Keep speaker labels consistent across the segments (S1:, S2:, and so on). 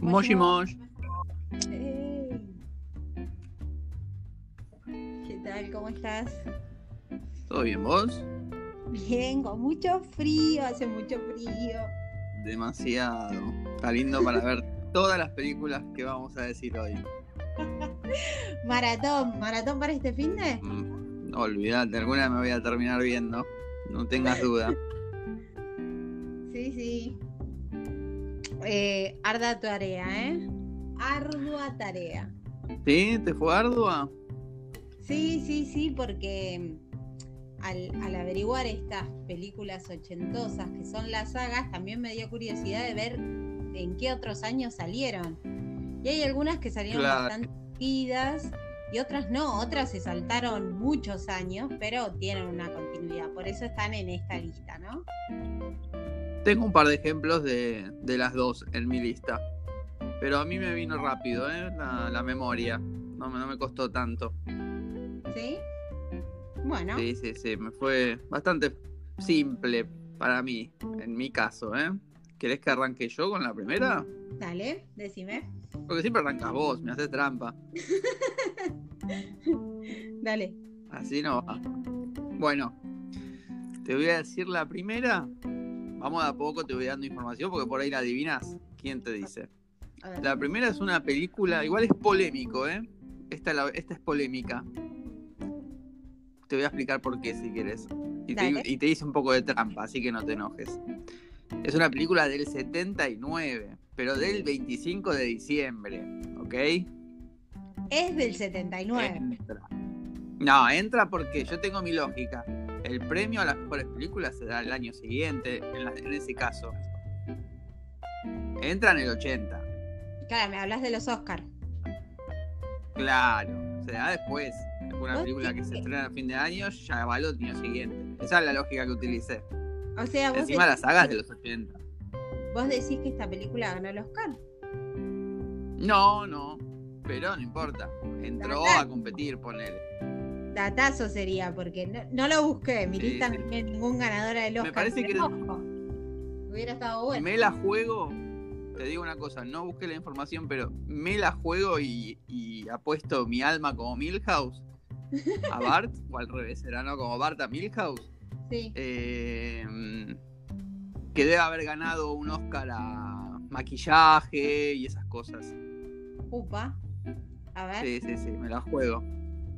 S1: Moshi Mosh.
S2: Hey. ¿Qué tal? ¿Cómo estás?
S1: ¿Todo bien vos?
S2: Bien, con mucho frío, hace mucho frío.
S1: Demasiado. Está lindo para ver todas las películas que vamos a decir hoy.
S2: Maratón, maratón para este fin de.
S1: Mm, olvidate, alguna me voy a terminar viendo. No tengas duda.
S2: Sí, sí. Eh, arda tarea, ¿eh? Ardua tarea.
S1: ¿Sí? ¿Te fue ardua?
S2: Sí, sí, sí, porque mm, al, al averiguar estas películas ochentosas que son las sagas, también me dio curiosidad de ver en qué otros años salieron. Y hay algunas que salieron
S1: Claro.
S2: bastante seguidas y otras no, otras se saltaron muchos años, pero tienen una continuidad. Por eso están en esta lista, ¿no?
S1: Tengo un par de ejemplos de, de las dos en mi lista. Pero a mí me vino rápido, ¿eh? La, la memoria. No, me- no me costó tanto.
S2: ¿Sí? Bueno,
S1: Sí, sí, sí. Me fue bastante simple para mí, en mi caso, ¿eh? ¿Querés que arranque yo con la primera?
S2: dale, decime.
S1: Porque siempre arrancas vos, me haces trampa.
S2: Dale.
S1: Así no va. Bueno, te voy a decir la primera. Vamos de a poco, te voy dando información porque por ahí la adivinas. ¿Quién te dice?
S2: A ver.
S1: La primera es una película, igual es polémico, ¿eh? Esta, la- esta es polémica. Te voy a explicar por qué si quieres. Y te,
S2: Dale.
S1: y te hice un poco de trampa, así que no te enojes. Es una película del 79, pero del 25 de diciembre, ¿ok?
S2: Es del 79.
S1: Entra. No, entra porque yo tengo mi lógica. El premio a las mejores películas se da el año siguiente, en, la- en ese caso. Entra en el 80. Eh.
S2: Claro, me hablas de los Oscars.
S1: Claro, se da después. Una
S2: Ok.
S1: película que se estrena a fin de año ya va al año siguiente. Esa es la lógica que utilicé.
S2: O sea, Ah, vos,
S1: Encima la
S2: decís,
S1: saga es de los 80.
S2: vos decís que esta película ganó el Oscar.
S1: No, no. Pero no importa. Entró
S2: Dale.
S1: a competir, ponele.
S2: Datazo sería, porque no, no lo busqué. Mi
S1: Sí,
S2: lista
S1: sí.
S2: no tiene ningún ganador del Oscar.
S1: parece
S2: pero
S1: que-
S2: ojo, Hubiera estado bueno.
S1: Me la juego. Te digo una cosa, no busqué la información, pero me la juego y, y apuesto mi alma como Milhouse a Bart, o al revés, será no como Bart a Milhouse,
S2: Sí.
S1: eh, que debe haber ganado un Oscar a maquillaje y esas cosas.
S2: Upa. A ver,
S1: Sí, sí, sí, me la juego.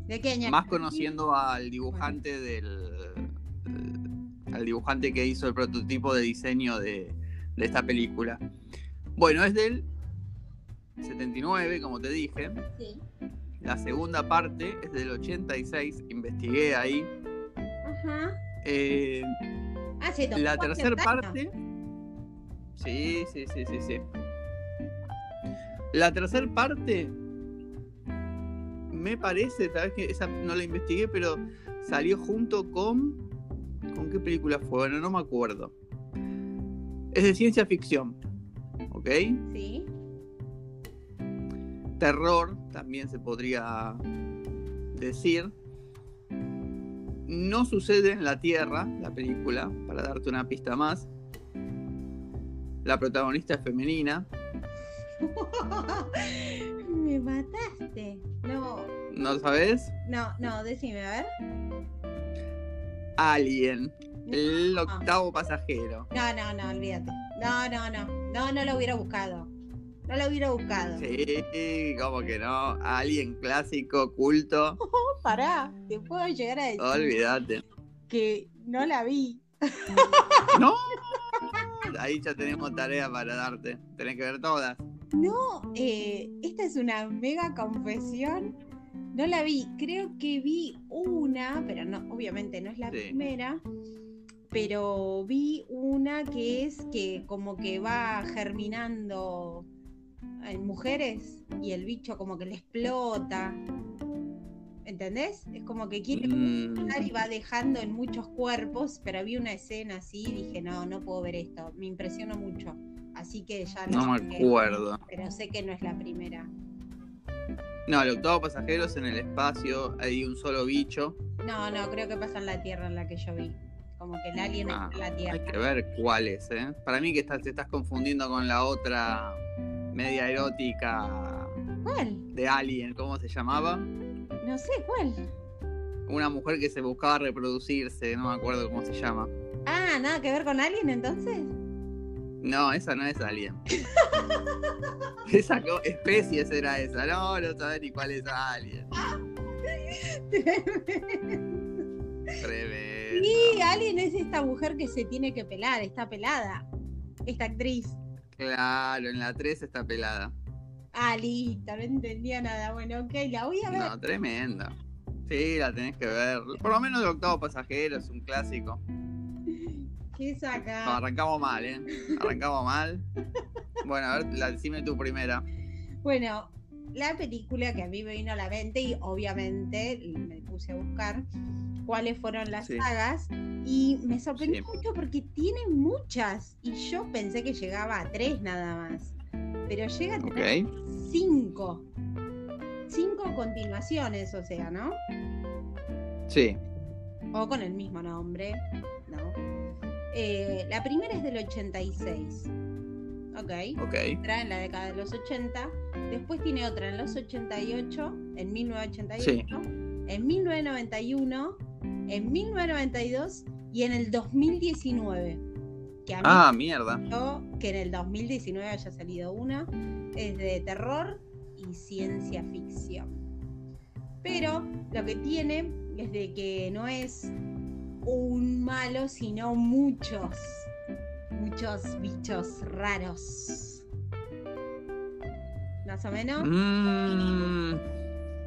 S2: ¿de qué año?
S1: Más conociendo al dibujante del. eh, al dibujante que hizo el prototipo de diseño de, de esta película. Bueno, es del 79, como te dije.
S2: Sí.
S1: La segunda parte es del 86, investigué ahí.
S2: Ajá.
S1: Eh,
S2: Ah, se tomó
S1: la
S2: cuatro
S1: tercera
S2: años.
S1: parte. Sí, sí, sí, sí, sí. La tercera parte. Me parece, tal vez que esa no la investigué, pero salió junto con. ¿Con qué película fue? Bueno, no me acuerdo. Es de ciencia ficción. ¿Ok?
S2: Sí.
S1: Terror también se podría decir. No sucede en la Tierra la película, para darte una pista más. La protagonista es femenina.
S2: Me mataste. No,
S1: ¿No sabes?
S2: no, no, decime, a ver.
S1: Alien, el octavo pasajero.
S2: No, no, no, olvídate. No, no, no. No, no lo hubiera buscado. No lo hubiera buscado.
S1: Sí, ¿cómo que no? Alien clásico, culto.
S2: Pará, te puedo llegar a decir
S1: Olvídate.
S2: que no la vi.
S1: ¡No! Ahí ya tenemos tarea para darte. Tenés que ver todas.
S2: No, eh, esta es una mega confesión. No la vi. Creo que vi una, pero no, obviamente no es la
S1: Sí.
S2: primera. Pero vi una que es que como que va germinando en mujeres y el bicho como que le explota. ¿Entendés? Es como que quiere
S1: Mm,
S2: y va dejando en muchos cuerpos, pero vi una escena así y dije, no, no puedo ver esto, me impresionó mucho. Así que ya lo
S1: no me
S2: saqué,
S1: acuerdo.
S2: Pero sé que no es la primera.
S1: No, el octavo pasajero es en el espacio, hay un solo bicho.
S2: No, no, creo que pasa en la Tierra en la que yo vi. Como que el alien
S1: Ah,
S2: entra en la
S1: hay
S2: Tierra.
S1: que ver cuál es, ¿eh? Para mí que estás, te estás confundiendo con la otra media erótica
S2: ¿Cuál?
S1: de Alien, ¿cómo se llamaba?
S2: No sé cuál.
S1: Una mujer que se buscaba reproducirse, no me acuerdo cómo se llama.
S2: Ah, nada que ver con Alien entonces.
S1: No, esa no es Alien. esa co- especies era esa. No, no sabes ni cuál es Alien. Tremendo.
S2: Sí, Alien es esta mujer que se tiene que pelar, está pelada. Esta actriz.
S1: Claro, en la 3 está pelada.
S2: Ah, listo, no entendía nada. Bueno, ok, la voy a ver.
S1: No, tremenda. Sí, la tenés que ver. Por lo menos el octavo pasajero es un clásico.
S2: ¿Qué
S1: No,
S2: saca?
S1: arrancamos mal, ¿eh? Arrancamos mal. Bueno, a ver, la, decime tu primera.
S2: Bueno, la película que a mí me vino a la mente y obviamente me puse a buscar cuáles fueron las
S1: Sí.
S2: sagas y me sorprendió
S1: Sí.
S2: mucho porque tiene muchas y yo pensé que llegaba a tres nada más, pero llega a
S1: Ok.
S2: tener cinco. Cinco continuaciones, o sea, ¿no?
S1: Sí.
S2: o con el mismo nombre, ¿no? Eh, la primera es del 86, ¿ok?
S1: Ok.
S2: Entra en la década de los 80, después tiene otra en los 88, en 1988,
S1: Sí.
S2: en 1991, en 1992 y en el 2019. Que a mí
S1: Ah, mierda.
S2: me gustó que en el 2019 haya salido una, es de terror y ciencia ficción. Pero lo que tiene es de que no es un malo, sino muchos, muchos bichos raros. Más o menos.
S1: Mm,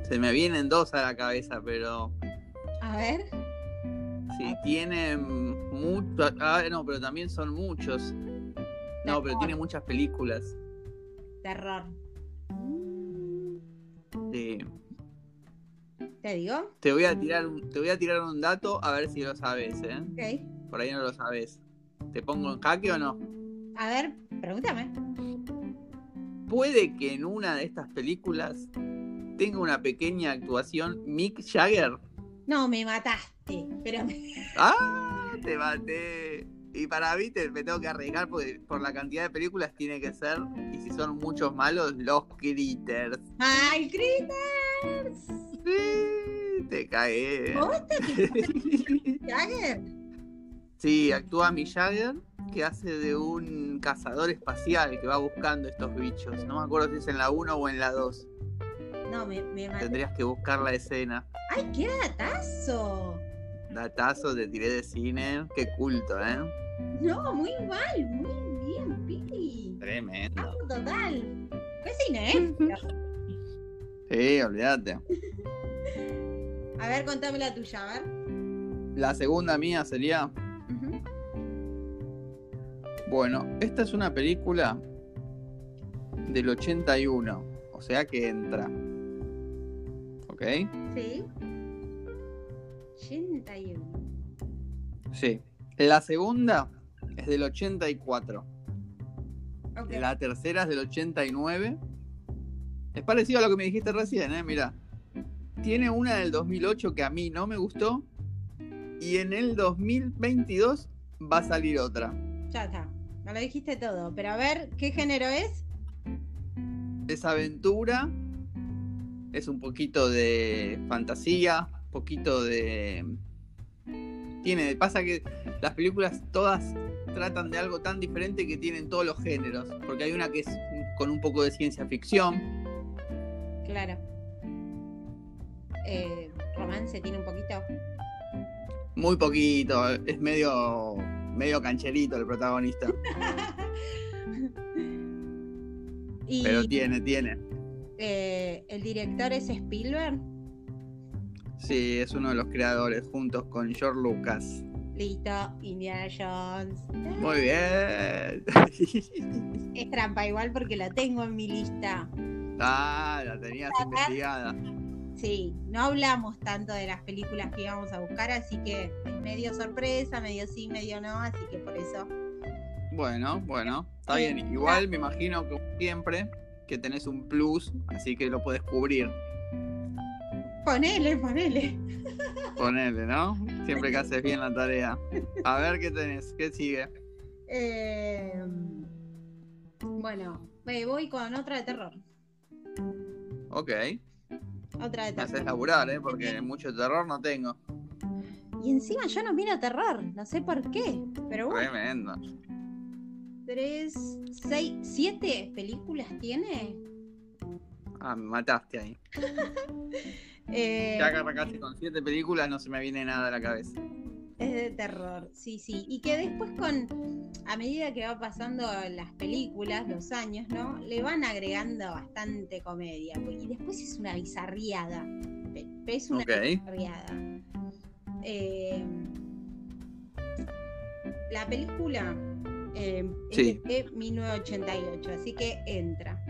S1: se me vienen dos a la cabeza, pero
S2: A ver.
S1: sí, tienen mucho. Ah, no, pero también son muchos. No, pero tiene muchas películas.
S2: Terror.
S1: Sí.
S2: ¿Te digo?
S1: Te voy a tirar, un- te voy a tirar un dato a ver si lo sabes, ¿eh?
S2: Ok.
S1: Por ahí no lo sabes. ¿Te pongo en jaque o no?
S2: A ver, pregúntame.
S1: Puede que en una de estas películas tenga una pequeña actuación Mick Jagger.
S2: No, me mataste. Pero me-
S1: ¡Ah! Te maté. Y para mí te, me tengo que arriesgar porque por la cantidad de películas tiene que ser. Y si son muchos malos, los critters.
S2: ¡Ay, Critters!
S1: Sí, te cae.
S2: ¿Vos te Jagger?
S1: sí, actúa Mick Jagger, que hace de un cazador espacial que va buscando estos bichos. No me acuerdo si es en la 1 o en la 2.
S2: No, me, me mataste.
S1: Tendrías que buscar la escena.
S2: ¡Ay, qué datazo!
S1: Datazo, te tiré de cine. Qué culto, ¿eh?
S2: No, muy mal, muy bien, Pili.
S1: Tremendo.
S2: Bravo, total. ¿Qué cine, eh?
S1: Sí, olvídate.
S2: A ver, contame la tuya, a ver.
S1: La segunda mía sería.
S2: Ujú.
S1: Bueno, esta es una película del 81. O sea que entra. ¿Ok?
S2: Sí. 81.
S1: Sí. La segunda es del 84.
S2: Ok.
S1: La tercera es del 89. Es parecido a lo que me dijiste recién, ¿eh? Mira. Tiene una del 2008 que a mí no me gustó. Y en el 2022 va a salir otra.
S2: Ya está. Me lo dijiste todo. Pero a ver, ¿qué género es?
S1: Desaventura. Es un poquito de fantasía. Poquito de. Tiene. Pasa que las películas todas tratan de algo tan diferente que tienen todos los géneros. Porque hay una que es con un poco de ciencia ficción.
S2: Claro. Eh, romance tiene un poquito.
S1: Muy poquito, es medio medio cancherito el protagonista,
S2: Y
S1: pero tiene, tiene.
S2: eh, el director es Spielberg.
S1: Sí, es uno de los creadores juntos con George Lucas.
S2: Listo, Indiana Jones.
S1: Muy bien.
S2: Es trampa igual porque la tengo en mi lista.
S1: ah, la tenías investigada.
S2: Sí, no hablamos tanto de las películas que íbamos a buscar, así que es medio sorpresa, medio sí, medio no, así que por eso.
S1: Bueno, bueno, está bien. Igual me imagino que siempre que tenés un plus, así que lo puedes cubrir.
S2: Ponele, ponele.
S1: Ponele, ¿no? Siempre que haces bien la tarea. A ver qué tenés, qué sigue.
S2: Eh, Bueno, me voy con otra de terror.
S1: Ok.
S2: Otra de
S1: Me haces
S2: terror.
S1: laburar, ¿eh? Porque mucho terror no tengo.
S2: Y encima yo no miro terror, no sé por qué. Pero bueno,
S1: Tremendo.
S2: tres, seis, siete películas tiene.
S1: Ah, me mataste ahí.
S2: Eh,
S1: Ya que arrancaste con siete películas, no se me viene nada a la cabeza.
S2: Es de terror, sí, sí. Y que después con, a medida que va pasando las películas, los años, ¿no? Le van agregando bastante comedia. Y después es una bizarriada. Pe- Es una
S1: Ok.
S2: bizarriada. Eh, la película eh,
S1: Sí.
S2: es de 1988, así que entra.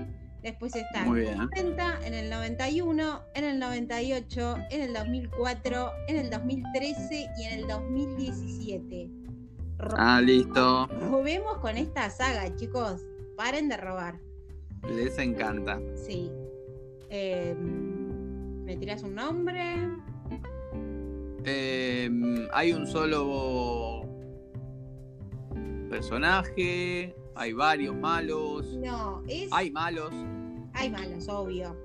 S2: Después está
S1: Muy bien.
S2: 90, en el 91, en el 98, en el 2004, en el 2013 y en el 2017. Ro-
S1: Ah, listo.
S2: Robemos con esta saga, chicos. Paren de robar.
S1: Les encanta.
S2: Sí. Eh, ¿Me tiras un nombre?
S1: Eh, hay un solo personaje, hay varios malos,
S2: No, es.
S1: hay malos.
S2: hay malos, obvio.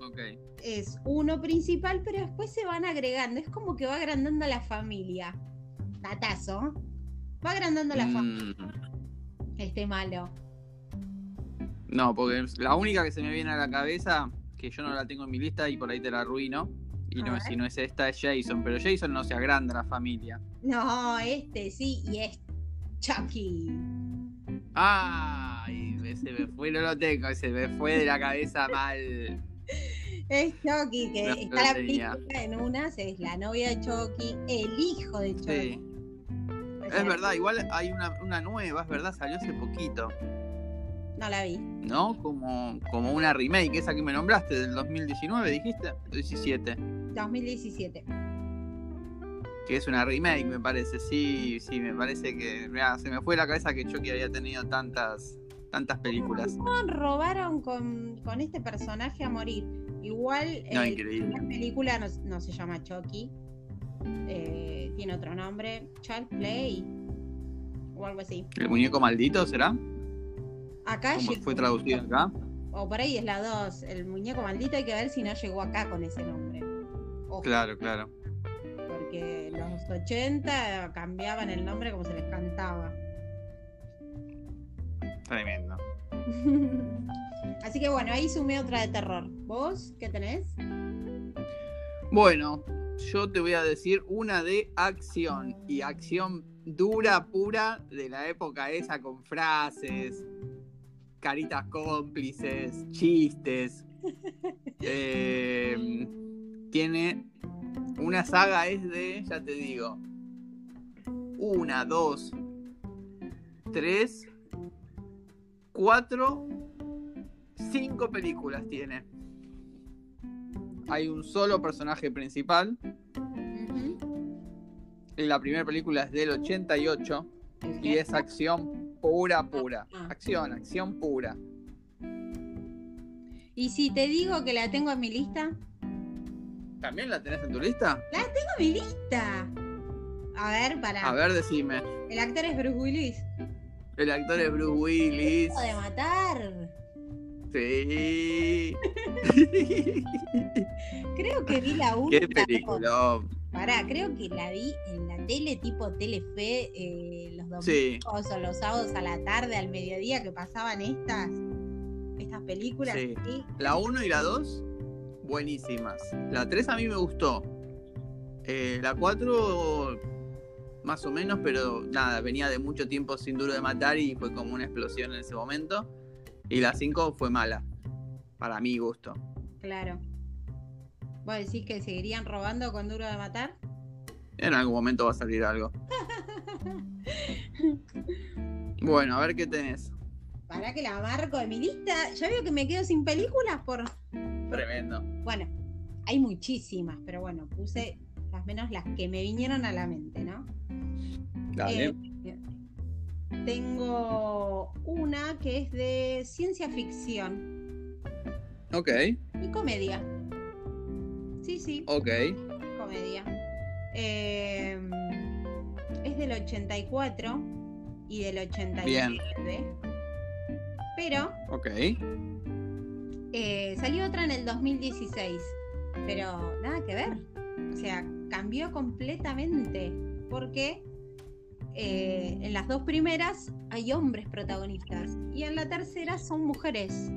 S1: Ok.
S2: Es uno principal, pero después se van agregando. Es como que va agrandando la familia. Datazo. Va agrandando la familia.
S1: Mm,
S2: Este malo.
S1: no, porque la única que se me viene a la cabeza, que yo no la tengo en mi lista y por ahí te la arruino, y
S2: A
S1: no,
S2: ver.
S1: si no es esta, es Jason, pero Jason no se agranda la familia.
S2: No, este sí, y es Chucky.
S1: ¡Ay! Se me fue, no lo tengo, se me fue de la cabeza mal.
S2: Es Chucky, que
S1: No,
S2: está
S1: no
S2: la
S1: tenía.
S2: película en unas, es la novia de Chucky, el hijo de Chucky.
S1: Sí.
S2: O sea,
S1: Es verdad, igual hay una, una nueva, es verdad, salió hace poquito.
S2: No la vi.
S1: ¿no? Como, como una remake, esa que me nombraste, del 2019, dijiste, 17,
S2: 2017.
S1: que es una remake, me parece, sí, sí, me parece que, mirá, se me fue la cabeza que Chucky había tenido tantas, tantas películas.
S2: No, robaron con, con este personaje a morir. Igual
S1: No,
S2: eh,
S1: increíble.
S2: la película no, no se llama Chucky. eh, tiene otro nombre. Child Play. O algo así.
S1: ¿El muñeco maldito será?
S2: Acá
S1: ¿Cómo
S2: llegó-
S1: fue traducido acá?
S2: O por ahí es la 2. El muñeco maldito hay que ver si no llegó acá con ese nombre. Ojo.
S1: Claro, claro.
S2: porque en los 80 cambiaban el nombre como se les cantaba.
S1: Tremendo.
S2: Así que bueno, ahí sumé otra de terror. ¿Vos qué tenés?
S1: Bueno, yo te voy a decir una de acción, y acción dura, pura, de la época esa, con frases, caritas cómplices, chistes. Eh, tiene una saga es de, ya te digo, una, dos, tres, cuatro, cinco películas tiene. Hay un solo personaje principal.
S2: Ujú.
S1: La primera película es del 88
S2: El
S1: y
S2: jefe.
S1: es acción pura, pura.
S2: Ah.
S1: Acción, acción pura.
S2: Y si te digo que la tengo en mi lista, tengo
S1: ¿También la tenés en tu lista?
S2: en mi lista. A ver, para.
S1: A ver, decime.
S2: El actor es Bruce Willis.
S1: El actor es Bruce Willis.
S2: Hijo de matar.
S1: Sí.
S2: Creo que vi la única.
S1: Qué película.
S2: Pará, creo que la vi en la tele tipo Telefe eh, los domingos.
S1: Sí,
S2: o los sábados a la tarde, al mediodía que pasaban estas estas películas.
S1: Sí.
S2: Y
S1: la 1 y la 2, buenísimas. La 3 a mí me gustó. Eh, la 4, más o menos, pero nada, venía de mucho tiempo sin duro de matar y fue como una explosión en ese momento. Y la 5 fue mala, para mi gusto.
S2: claro. ¿Vos decís que seguirían robando con Duro de Matar?
S1: En algún momento va a salir algo. Bueno, a ver qué tenés.
S2: Para que la marco de mi lista. Ya veo que me quedo sin películas por.
S1: Tremendo.
S2: Bueno, hay muchísimas, pero bueno, puse las menos las que me vinieron a la mente, ¿no?
S1: Dale.
S2: Eh, tengo una que es de ciencia ficción
S1: Ok,
S2: y comedia. Sí, sí.
S1: ok.
S2: comedia. Eh, es del 84 y del 89. Pero
S1: Ok.
S2: eh, salió otra en el 2016, pero nada que ver. O sea, cambió completamente porque eh, en las dos primeras hay hombres protagonistas y en la tercera son mujeres.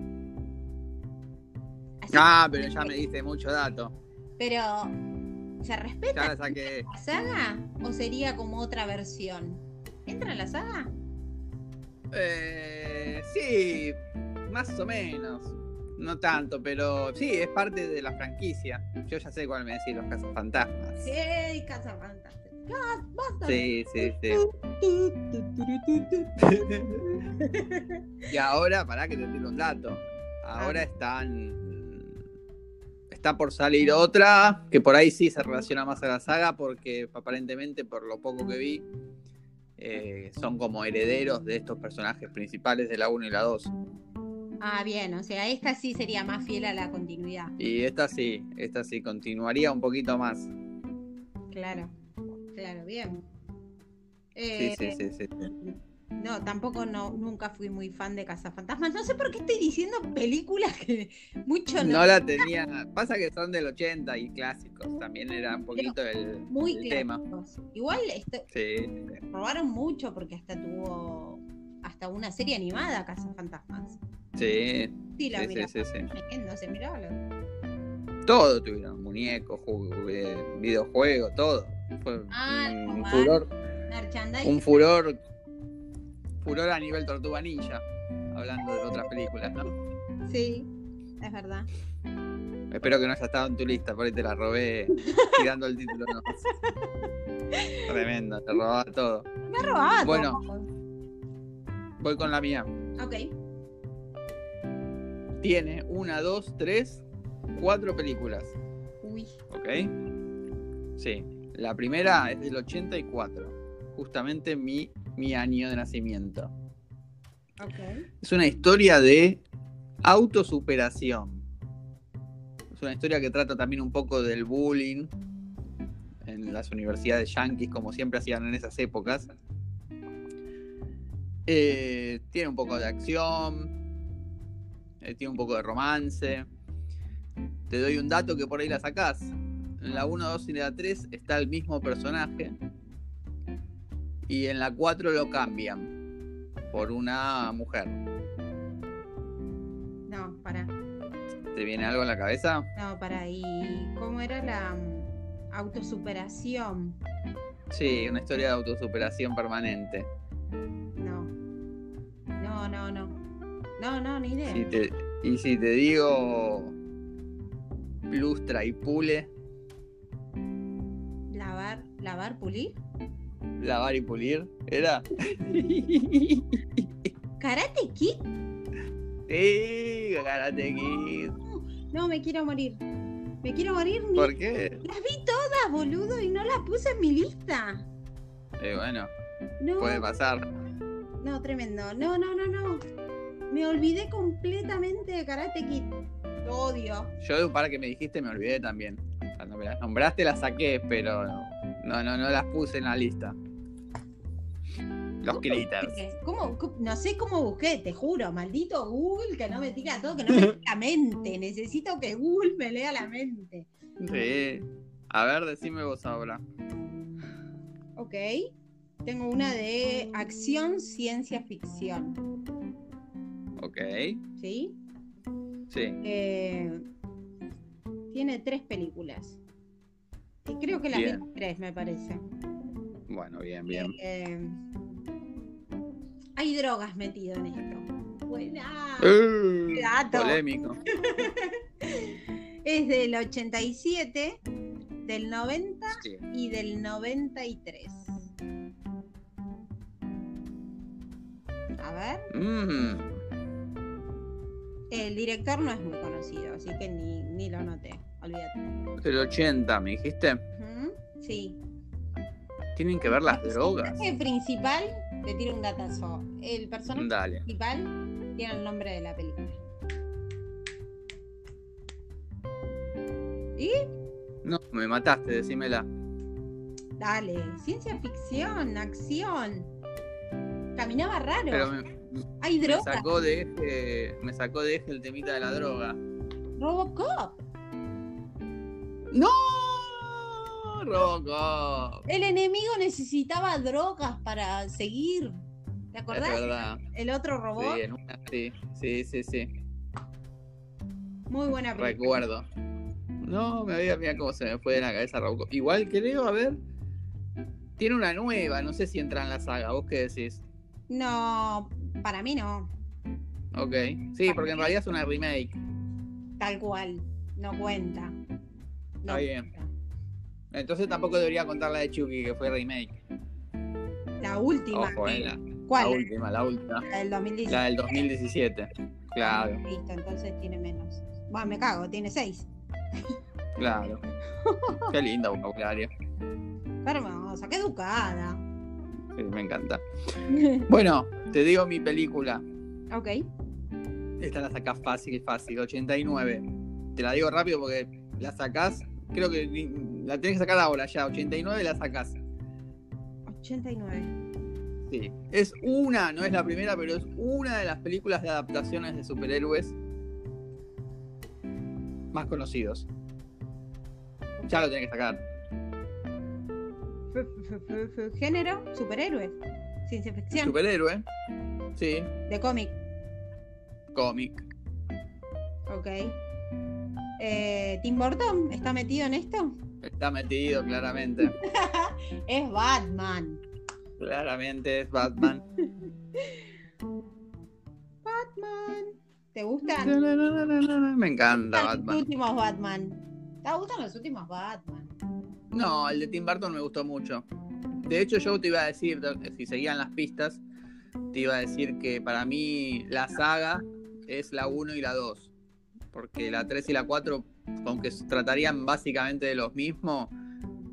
S2: Así-
S1: Ah, pero ya me diste mucho dato.
S2: Pero ¿se
S1: Ya
S2: respeta
S1: la saqué.
S2: la saga o sería como otra versión? ¿Entra en la saga?
S1: Eh, sí, más o menos. No tanto, pero sí, es parte de la franquicia. Yo ya sé cuál me decís, los cazafantasmas.
S2: Sí, Casablanca. Gas- basta.
S1: Sí, sí, sí. Y ahora, pará que te tiro un dato. Ahora están. Está por salir otra, que por ahí sí se relaciona más a la saga, porque aparentemente, por lo poco que vi, eh, son como herederos de estos personajes principales de la 1 y la 2.
S2: Ah, bien, o sea, esta sí sería más fiel a la continuidad.
S1: Y esta sí, esta sí, continuaría un poquito más.
S2: Claro, claro, bien.
S1: Sí,
S2: Eh,
S1: sí, sí, sí. sí.
S2: No, tampoco no, nunca fui muy fan de Cazafantasmas. No sé por qué estoy diciendo películas que mucho no.
S1: No la tenía. Pasa que son del 80 y clásicos. También era un poquito el,
S2: muy
S1: el tema.
S2: clásicos. Igual esto,
S1: Sí.
S2: robaron mucho porque hasta tuvo hasta una serie animada Cazafantasmas.
S1: Sí,
S2: Sí, la
S1: sí, sí,
S2: miraba.
S1: sí, sí.
S2: No se miraba. la-
S1: Todo tuvieron, muñecos, ju- eh, videojuegos, todo. Fue
S2: Ah,
S1: un
S2: vale.
S1: furor,
S2: Merchandising.
S1: Mm, un furor, furor a nivel Tortuga Ninja, hablando de otras películas, ¿no?
S2: Sí, es verdad.
S1: Espero que no haya estado en tu lista, por ahí te la robé tirando el título. ¿no? Tremendo, te robaba todo.
S2: Me ha robado.
S1: Bueno. Voy con la mía.
S2: Ok.
S1: Tiene una, dos, tres, cuatro películas,
S2: Uy.
S1: ¿ok? Sí, la primera es del 84, justamente mi, mi año de nacimiento.
S2: Ok.
S1: Es una historia de autosuperación. Es una historia que trata también un poco del bullying en las universidades yanquis, como siempre hacían en esas épocas. Eh, tiene un poco de acción, eh, tiene un poco de romance. Te doy un dato que por ahí la sacás. En la 1, 2 y la 3 está el mismo personaje. Y en la 4 lo cambian por una mujer.
S2: No, para.
S1: ¿Te viene algo en la cabeza?
S2: No, para. ¿Y cómo era la mm, autosuperación?
S1: Sí, una historia de autosuperación permanente.
S2: No. No, no, no. No, no, ni idea.
S1: Si te- y si te digo lustra y pule,
S2: Lavar, lavar, pulir.
S1: lavar y pulir, ¿era?
S2: Karate Kid.
S1: sí, Karate Kid.
S2: No, me quiero morir. Me quiero morir. Ni...
S1: ¿Por qué?
S2: Las vi todas, boludo, y no las puse en mi lista.
S1: Eh, bueno,
S2: No,
S1: puede pasar.
S2: no, tremendo. No, no, no, no. Me olvidé completamente de Karate Kid. Lo Odio.
S1: Yo de un par que me dijiste me olvidé también. Cuando me las nombraste las saqué, pero no, no, no las puse en la lista. Los critters.
S2: ¿Cómo, cómo- no sé cómo busqué, te juro, maldito Google que no me tira todo, que no me tira la mente. Necesito que Google me lea la mente.
S1: Sí. A ver, decime vos ahora.
S2: Ok. Tengo una de acción, ciencia ficción.
S1: Ok.
S2: ¿Sí?
S1: Sí.
S2: Eh, tiene tres películas. Y creo que las vi
S1: Bien.
S2: las tres, me parece.
S1: Bueno, bien, bien.
S2: Eh, em, hay drogas metido en esto. Buena.
S1: Eh,
S2: dato.
S1: Polémico.
S2: Es del 87, del 90
S1: Sí.
S2: y del 93. A ver,
S1: Mm,
S2: el director no es muy conocido, así que ni, ni lo noté, olvídate.
S1: del 80, me dijiste.
S2: Ujú, Sí.
S1: Tienen que ver las drogas.
S2: El principal, te tiro un datazo. El personaje
S1: Dale.
S2: principal tiene el nombre de la película.
S1: No, me mataste, decímela.
S2: Dale, ciencia ficción, acción. Caminaba raro.
S1: Pero me,
S2: Hay
S1: Me
S2: droga.
S1: sacó de eje, me sacó de eje el temita de la droga.
S2: Robocop.
S1: ¡No! Robocop.
S2: El enemigo necesitaba drogas para seguir. ¿Te
S1: Es
S2: acordás?
S1: Este verdad.
S2: El otro robot.
S1: Sí, en una- sí, sí, sí, sí.
S2: Muy buena película.
S1: Recuerdo. No, me había mirá cómo se me fue de la cabeza Robocop. Igual creo, a ver. Tiene una nueva, no sé si entra en la saga, vos qué decís.
S2: No, para mí no.
S1: Ok. Ah, Sí, porque en realidad es una remake.
S2: Tal cual. No cuenta.
S1: Está
S2: No
S1: bien.
S2: cuenta.
S1: Entonces tampoco debería contar la de Chucky, que fue remake.
S2: La última.
S1: Ojo, eh, la, la
S2: ¿Cuál?
S1: última, la última.
S2: La del 2017.
S1: La del 2017. Claro,
S2: Listo, entonces tiene menos. Bueno, me cago, tiene seis.
S1: claro. Qué lindo vocabulario.
S2: Hermosa, qué educada.
S1: Sí, me encanta. Bueno, te digo mi película.
S2: ok.
S1: Esta la sacás fácil, fácil. 89. Te la digo rápido porque la sacás. Creo que ni- la tenés que sacar ahora ya. 89 la sacás.
S2: 89.
S1: Sí. Es una, no es la primera, pero es una de las películas de adaptaciones de superhéroes más conocidos. Ya lo tenés que sacar.
S2: F- f- f- f- Género, superhéroes. Ciencia ficción,
S1: Superhéroe. Sí.
S2: de cómic.
S1: Cómic.
S2: Ok. Eh, ¿Tim Burton está metido en esto?
S1: Está metido claramente.
S2: Es Batman.
S1: Claramente es Batman.
S2: Batman. ¿Te gustan?
S1: Me encanta
S2: Los
S1: Batman.
S2: últimos Batman. ¿Te gustan los últimos Batman?
S1: No, el de Tim Burton me gustó mucho. De hecho, yo te iba a decir, si seguían las pistas, te iba a decir que para mí la saga es la 1 y la 2. Porque la 3 y la 4, aunque se tratarían básicamente de los mismos,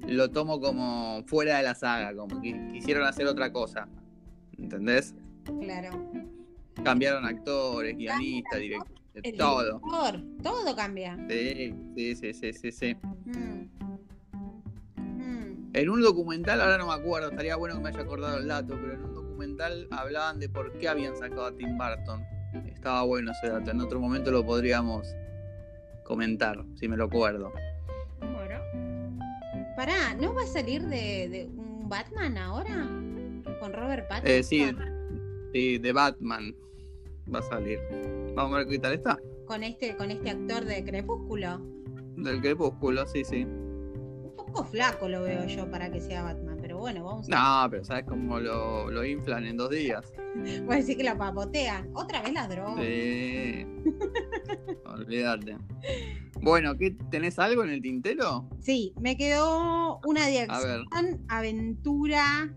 S1: lo tomo como fuera de la saga, como que quisieron hacer otra cosa. ¿Entendés?
S2: Claro.
S1: Cambiaron actores, guionistas,
S2: El
S1: directores, todo.
S2: director, todo cambia.
S1: Sí, sí, sí, sí, sí, sí.
S2: Mm. Mm.
S1: En un documental, ahora no me acuerdo, estaría bueno que me haya acordado el dato, pero en un documental hablaban de por qué habían sacado a Tim Burton. Estaba bueno ese dato, en otro momento lo podríamos comentar, si me lo acuerdo.
S2: Bueno. Pará, ¿no va a salir de, de un Batman ahora? ¿Con Robert Pattinson?
S1: Eh, sí, sí, de Batman va a salir. Vamos a ver qué tal está.
S2: Con este, con este actor de Crepúsculo.
S1: Del crepúsculo, sí, sí.
S2: Un poco flaco lo veo yo para que sea Batman, pero bueno, vamos a
S1: No, pero ¿sabes cómo lo, lo inflan en dos días?
S2: voy a decir que la papotean. Otra vez las drogas.
S1: Sí. Olvídate. Bueno, ¿qué, ¿tenés algo en el tintero?
S2: Sí, me quedó una de
S1: A ver.
S2: acción, aventura,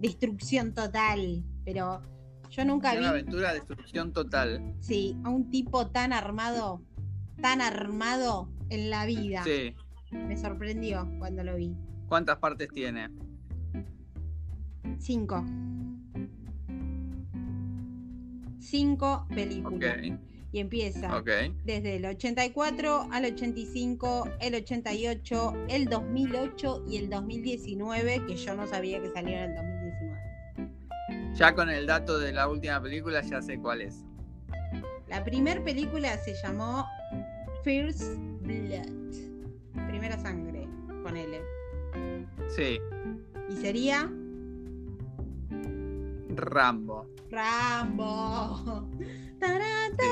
S2: destrucción total. Pero yo nunca
S1: Una
S2: vi
S1: aventura de destrucción total.
S2: sí, a un tipo tan armado, tan armado en la vida.
S1: Sí.
S2: Me sorprendió cuando lo vi.
S1: ¿Cuántas partes tiene?
S2: Cinco. Cinco
S1: Ok,
S2: películas. Y empieza
S1: ok.
S2: desde el 84 al 85, el 88, el 2008 y el 2019, que yo no sabía que salió en el 2019.
S1: Ya con el dato de la última película ya sé cuál es.
S2: La primera película se llamó First Blood. Primera sangre, ponele.
S1: Sí,
S2: Y sería
S1: Rambo.
S2: Rambo. Tarán,
S1: Sí, sí.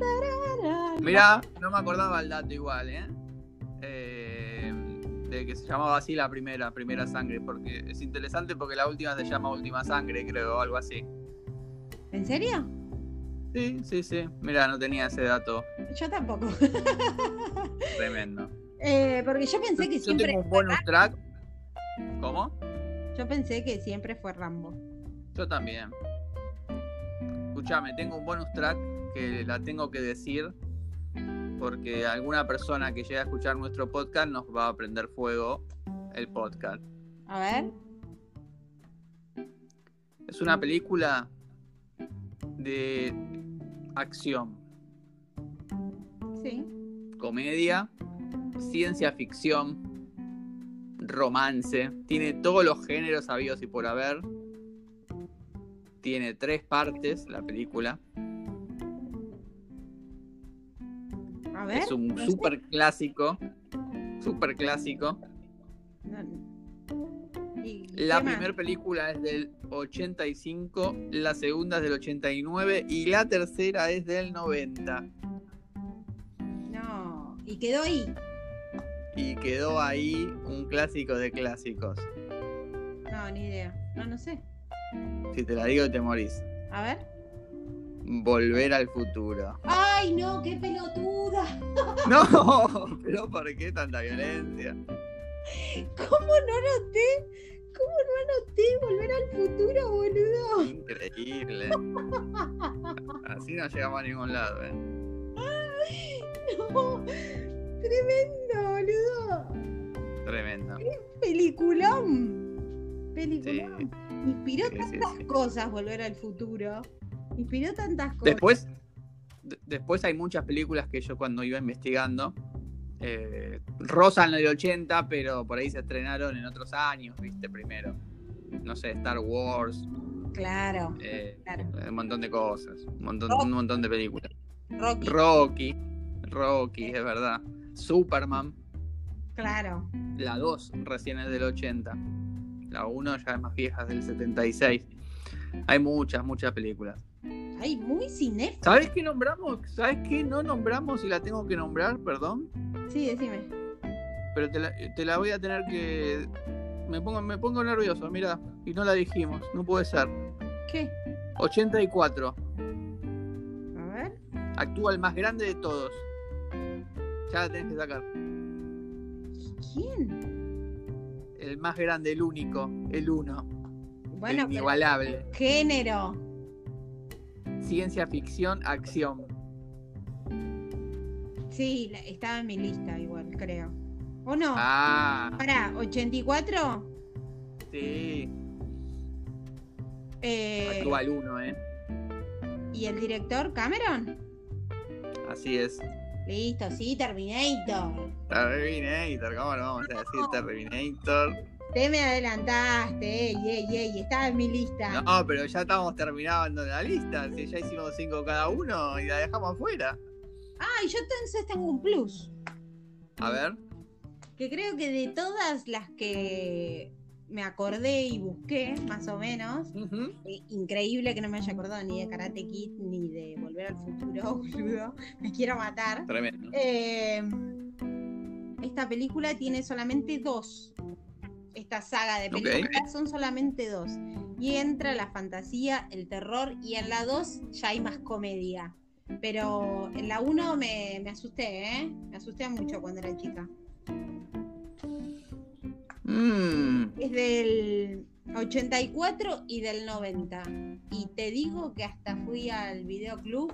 S2: tarán, tararán.
S1: Mirá, no me acordaba el dato igual, ¿eh? Eh, De que se llamaba así la primera, Primera Sangre. Porque es interesante porque la última se llama Última Sangre, creo, o algo así.
S2: ¿En serio?
S1: Sí, sí, sí. Mirá, no tenía ese dato
S2: Yo tampoco.
S1: tremendo.
S2: Eh, porque yo pensé que
S1: Yo
S2: siempre.
S1: tengo un bonus track. ¿Cómo?
S2: Yo pensé que siempre fue Rambo.
S1: Yo también. Escuchame, tengo un bonus track que la tengo que decir porque alguna persona que llegue a escuchar nuestro podcast nos va a prender fuego el podcast.
S2: A ver.
S1: Es una película de acción,
S2: Sí.
S1: comedia, ciencia ficción, romance, tiene todos los géneros sabidos y por haber. Tiene tres partes la película.
S2: A ver.
S1: es un
S2: ¿Eh? no sé.
S1: super clásico. Super clásico.
S2: No, no. ¿Y
S1: La
S2: qué más?
S1: primera película es del 85, la segunda es del 89 y la tercera es del 90.
S2: No. Y quedó ahí.
S1: Y quedó ahí un clásico de clásicos.
S2: No, ni idea. No, no sé.
S1: Si te la digo te morís.
S2: A ver.
S1: Volver al futuro.
S2: ¡Ay, no! ¡Qué pelotuda!
S1: No, pero ¿por qué tanta violencia?
S2: ¿Cómo no anoté? ¿Cómo no anoté volver al futuro, boludo?
S1: Increíble. Así no llegamos a ningún lado. ¿eh?
S2: No. Tremendo, boludo.
S1: Tremendo.
S2: Peliculón.
S1: Sí.
S2: Peliculón. Inspiró
S1: Sí, sí,
S2: tantas
S1: sí.
S2: cosas volver al futuro. Inspiró tantas cosas.
S1: Después, de- después hay muchas películas que yo cuando iba investigando eh, rozan el 80, pero por ahí se estrenaron en otros años, viste, primero. No sé, Star Wars,
S2: Claro,
S1: eh,
S2: claro.
S1: un montón de cosas, un montón,
S2: Rocky.
S1: un montón de películas.
S2: Rocky,
S1: Rocky, Rocky, es verdad. Superman,
S2: claro.
S1: la 2 recién es del 80. La 1 ya es más vieja, es del 76. Hay muchas, muchas películas.
S2: Ay, muy cinéfilo.
S1: ¿Sabes qué nombramos? ¿Sabes qué no nombramos y la tengo que nombrar? Perdón.
S2: Sí, decime.
S1: Pero te la, te la voy a tener que. Me pongo, me pongo nervioso, mira. Y no la dijimos, no puede ser.
S2: ¿Qué?
S1: 84.
S2: A ver.
S1: Actúa el más grande de todos. Ya la tenés que sacar.
S2: ¿Quién?
S1: El más grande, el único, el uno.
S2: Bueno,
S1: el
S2: pero-
S1: inigualable.
S2: género.
S1: Ciencia ficción, acción.
S2: Sí, la- estaba en mi lista igual, creo. ¿O no?
S1: Ah,
S2: Pará, 84.
S1: sí.
S2: Eh,
S1: Actúa el uno, ¿eh?
S2: ¿Y el director Cameron?
S1: Así es.
S2: Listo, sí, Terminator.
S1: Terminator, ¿cómo lo vamos a decir? Terminator.
S2: Te me adelantaste, ey, ey, ey, estaba en mi lista.
S1: No, pero ya estamos terminando la lista. Si ya hicimos cinco cada uno y la dejamos afuera.
S2: Ay, yo entonces tengo un plus.
S1: A ver.
S2: que creo que de todas las que me acordé y busqué, más o menos,
S1: Ujú.
S2: eh, increíble que no me haya acordado ni de Karate Kid ni de Volver al Futuro, boludo, me quiero matar.
S1: Tremendo.
S2: Eh, esta película tiene solamente dos. Esta saga de
S1: Ok.
S2: películas son solamente dos. Y entra la fantasía, el terror, y en la dos ya hay más comedia. Pero en la uno me, me asusté, ¿eh? Me asusté mucho cuando era chica.
S1: Mm,
S2: Es del 84 y del 90. Y te digo que hasta fui al videoclub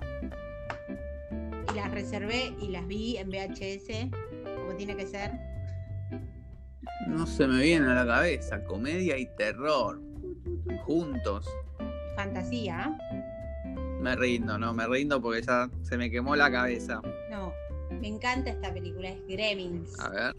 S2: y las reservé y las vi en VHS, como tiene que ser.
S1: no se me viene a la cabeza. Comedia y terror. Juntos.
S2: Fantasía. ¿eh?
S1: Me rindo, no, me rindo porque ya se me quemó la cabeza.
S2: No, me encanta esta película, es Gremlins.
S1: A ver.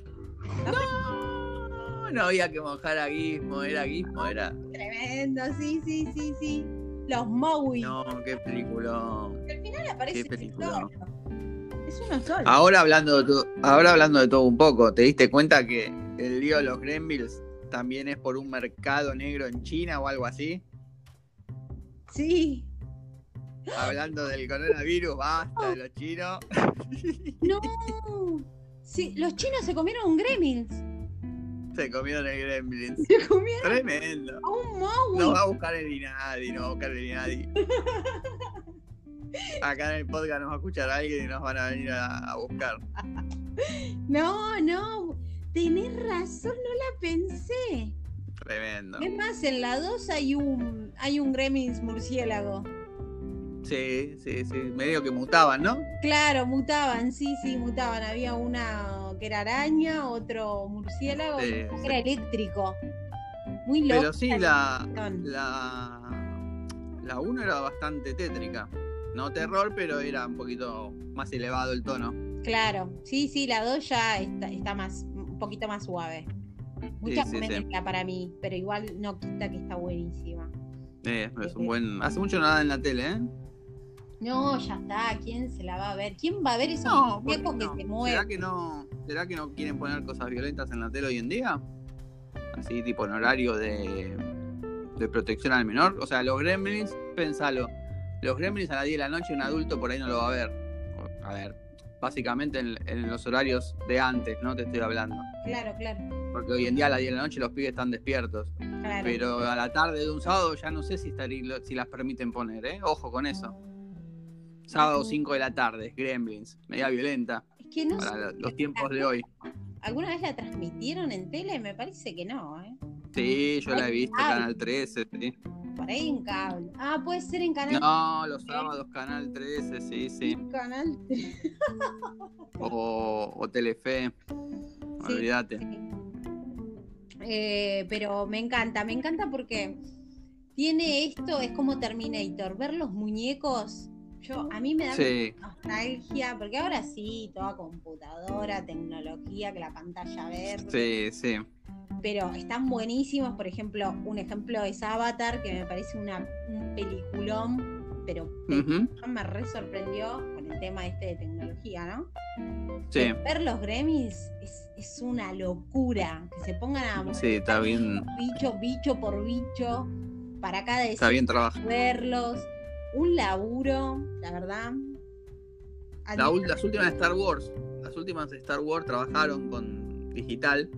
S1: No, no había que mojar a Gizmo. Era Gizmo, era.
S2: Tremendo, sí, sí, sí, sí. Los Maui.
S1: No, qué película.
S2: Al final aparece
S1: qué película. Ah.
S2: Es uno solo.
S1: Ahora hablando, de to- ahora hablando de todo un poco, ¿te diste cuenta que el lío de los Gremlins también es por un mercado negro en China o algo así?
S2: Sí.
S1: Hablando del coronavirus, basta de los chinos.
S2: No. Sí, los chinos se comieron un Gremlins.
S1: Se comieron el Gremlins.
S2: Se comieron
S1: Tremendo.
S2: a un Maui.
S1: No va a buscar el Inadi, no va a buscar el Inadi. Acá en el podcast nos va a escuchar alguien y nos van a venir a, a buscar.
S2: No, no, tenés razón, no la pensé.
S1: Tremendo.
S2: Es más, en la 2 hay un, hay un Gremlins murciélago.
S1: Sí, sí, sí. Medio que mutaban, ¿no?
S2: Claro, mutaban, sí, sí, mutaban. Había una que era araña, otro murciélago,
S1: Sí,
S2: y otro
S1: sí.
S2: que era eléctrico. Muy loco.
S1: Pero sí, la, La, la 1 era bastante tétrica. No terror, pero era un poquito más elevado el tono.
S2: Claro, sí, sí, la 2 ya está, está más, un poquito más suave. Mucha
S1: sí, sí.
S2: comedia para mí, pero igual no quita que está buenísima.
S1: Eh, es un buen. Hace mucho nada en la tele, ¿eh?
S2: No, ya está, ¿quién se la va a ver? ¿Quién va a ver esos
S1: No,
S2: viejos
S1: porque no.
S2: que se mueven?
S1: ¿Será que no, será que no quieren poner cosas violentas en la tele hoy en día? Así tipo en horario de, de protección al menor. O sea, los gremlins, pensalo. Los gremlins a las 10 de la noche un adulto por ahí no lo va a ver. O- A ver, básicamente en, en los horarios de antes, ¿no? Te estoy hablando.
S2: Claro, claro,
S1: Porque hoy en día a las 10 de la noche los pibes están despiertos.
S2: claro.
S1: Pero a la tarde de un sábado ya no sé si, estarí- lo- si las permiten poner, ¿eh? Ojo con eso. Sábado 5 de la tarde, Gremlins. Media violenta
S2: Es que no sé,
S1: para lo- los tiempos de hoy.
S2: ¿alguna vez la transmitieron en tele? Me parece que no, ¿eh?
S1: Sí, yo la he visto, Canal 13, sí.
S2: Por ahí en cable. Ah, puede ser en Canal
S1: No, los sábados Canal 13, sí, sí.
S2: Canal 3.
S1: O, o Telefe, olvídate.
S2: Eh, pero me encanta, me encanta porque tiene esto, es como Terminator, ver los muñecos, yo a mí me da
S1: Sí,
S2: nostalgia, porque ahora sí, toda computadora, tecnología, que la pantalla verde,
S1: sí, sí.
S2: pero están buenísimos, por ejemplo, un ejemplo es Avatar, que me parece una, un peliculón, pero
S1: Ujú,
S2: me re sorprendió con el tema este de tecnología, ¿no?
S1: Sí,
S2: Ver los Gremlins es, es una locura, que se pongan a
S1: sí, está bien,
S2: bicho, bicho por bicho, para cada
S1: está bien trabajado.
S2: verlos. Un laburo, la verdad.
S1: La ul- las últimas de Star Wars, las últimas de Star Wars trabajaron con digital,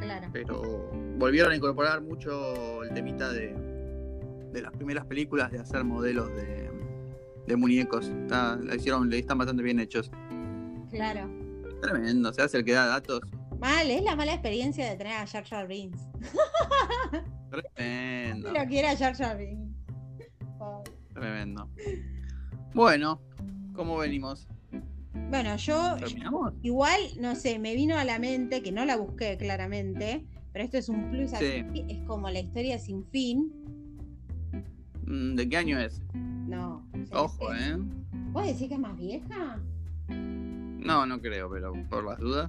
S2: Claro.
S1: pero volvieron a incorporar mucho el temita de, de las primeras películas de hacer modelos de, de muñecos. Está- la hicieron, le están bastante bien hechos.
S2: Claro.
S1: Tremendo, se hace el que da datos.
S2: Mal, es la mala experiencia de tener a Jar Jar Binks.
S1: Tremendo,
S2: Pero quiera Jar Jar Binks. Oh.
S1: tremendo. Bueno, ¿cómo venimos?
S2: Bueno, yo, yo
S1: ¿Terminamos?
S2: igual, no sé, me vino a la mente, que no la busqué claramente, pero esto es un plus
S1: Sí.
S2: así, es como la historia sin fin.
S1: Mm, ¿De qué año es?
S2: No. o sea,
S1: Ojo,
S2: es-
S1: ¿eh?
S2: ¿Vos decís que es más vieja?
S1: No, no creo, pero por las dudas.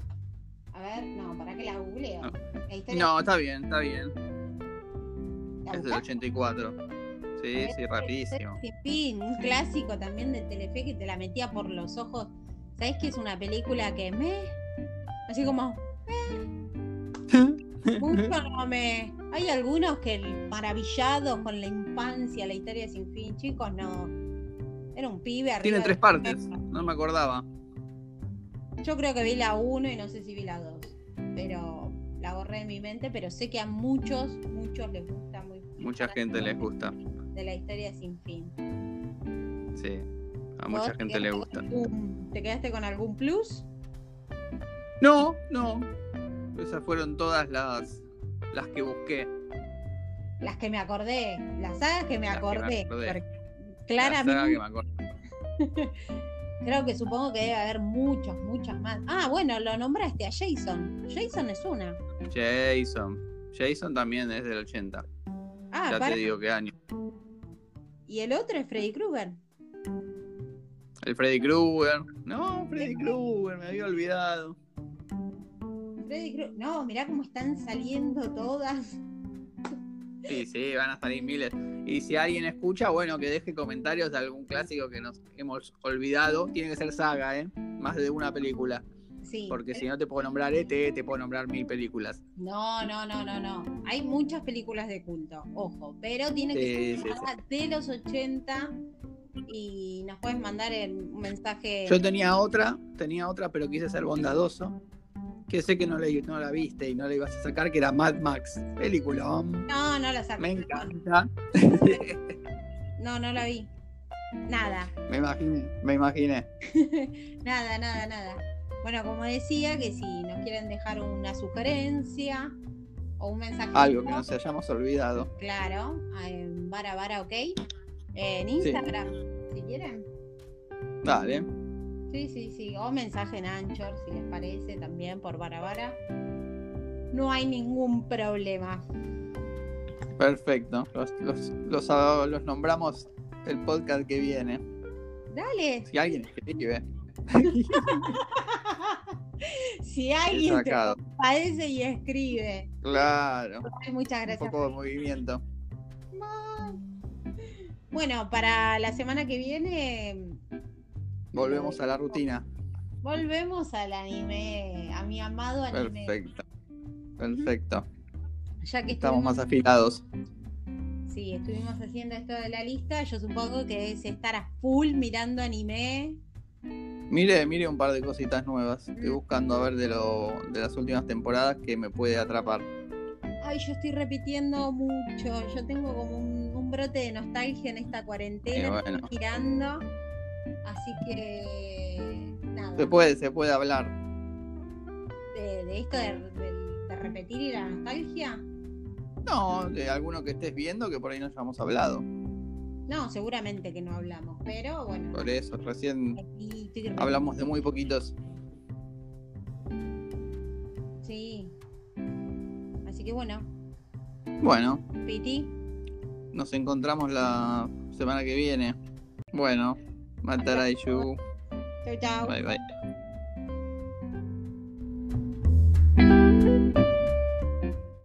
S2: A ver, no, para que la googleo.
S1: No.
S2: La historia-
S1: No, está bien, está bien.
S2: ¿la
S1: Es del
S2: buscás?
S1: 84. Sí,
S2: Eh,
S1: sí,
S2: Historia
S1: rapidísimo.
S2: sin fin, un clásico también de Telefe que te la metía por los ojos. ¿Sabés que es una película que me. Así como. Mucho no me. Hay algunos que maravillados con la infancia, la historia sin fin. Chicos, no. Era un pibe arriba.
S1: Tiene
S2: de
S1: tres
S2: la
S1: partes,
S2: mesa.
S1: no me acordaba.
S2: Yo creo que vi la 1 y no sé si vi la 2. Pero la borré de mi mente. Pero sé que a muchos, muchos les gusta muy
S1: Mucha gente les gusta.
S2: De la historia sin fin.
S1: Sí, a
S2: ¿Vos
S1: mucha
S2: te
S1: gente le
S2: quedaste
S1: gusta.
S2: con algún- ¿Te quedaste con algún plus?
S1: No, no. Esas fueron todas las, las que busqué.
S2: Las que me acordé, las sagas que me
S1: Las que me
S2: acordé.
S1: acordé.
S2: porque
S1: La saga
S2: Claramente,
S1: que me acuerdo.
S2: creo que supongo que debe haber muchas, muchas más. Ah, bueno, lo nombraste a Jason. Jason es una.
S1: Jason. Jason también es del 80.
S2: Ah,
S1: ya
S2: pará.
S1: te digo qué año.
S2: Y el otro es Freddy Krueger.
S1: El Freddy Krueger. No, Freddy Krueger, me había olvidado.
S2: Freddy Krueger. No, mirá cómo están saliendo todas.
S1: Sí, sí, van a salir miles. Y si alguien escucha, bueno, que deje comentarios de algún clásico que nos hemos olvidado. Tiene que ser saga, ¿eh? Más de una película.
S2: Sí.
S1: Porque si no te puedo nombrar ET, te puedo nombrar mil películas.
S2: No, no, no, no, no. Hay muchas películas de culto, ojo, pero tiene que
S1: Sí,
S2: ser
S1: sí,
S2: una de los 80 y nos puedes mandar el- un mensaje.
S1: Yo tenía otra, tenía otra, pero quise ser bondadoso. Que sé que no, le, no la viste y no la ibas a sacar, que era Mad Max. Peliculón.
S2: No, no la saco.
S1: Me encanta.
S2: No, no la vi. Nada.
S1: Me imaginé, me imaginé.
S2: nada, nada, nada. Bueno, como decía, que si nos quieren dejar una sugerencia o un mensaje,
S1: Algo que nos hayamos olvidado.
S2: claro, en vara vara, ok. En Instagram, si quieren.
S1: Dale.
S2: Sí, sí, sí. O mensaje en Anchor, si les parece, también por vara vara. No hay ningún problema.
S1: Perfecto. Los, los, los, ah, los nombramos el podcast que viene.
S2: Dale.
S1: Si alguien escribe,
S2: si
S1: es
S2: alguien te
S1: sacado.
S2: compadece y escribe.
S1: Claro.
S2: Muchas
S1: Un
S2: gracias.
S1: poco de movimiento.
S2: Bye. Bueno, para la semana que viene
S1: Volvemos a la rutina.
S2: volvemos al anime, a mi amado anime.
S1: Perfecto. Perfecto.
S2: Ya que
S1: Estamos
S2: estuvimos-
S1: más afilados.
S2: Sí, estuvimos haciendo esto de la lista. Yo supongo que es estar a full mirando anime.
S1: Mire, mire un par de cositas nuevas. Estoy buscando a ver de, lo, de las últimas temporadas que me puede atrapar.
S2: Ay, yo estoy repitiendo mucho. Yo tengo como un, un brote de nostalgia en esta
S1: Y
S2: cuarentena.
S1: Eh, bueno,
S2: Mirando. Así que. Nada.
S1: se puede, se puede hablar.
S2: De, de esto de, de- de repetir y la nostalgia.
S1: No, de alguno que estés viendo que por ahí no hayamos hablado.
S2: No, seguramente que no hablamos. Pero bueno.
S1: Por eso, recién
S2: repito y repito.
S1: hablamos de muy poquitos.
S2: Sí. Así que bueno,
S1: Bueno,
S2: Piti.
S1: nos encontramos la semana que viene. Bueno, Matarayu.
S2: Chau, chau.
S1: Bye bye.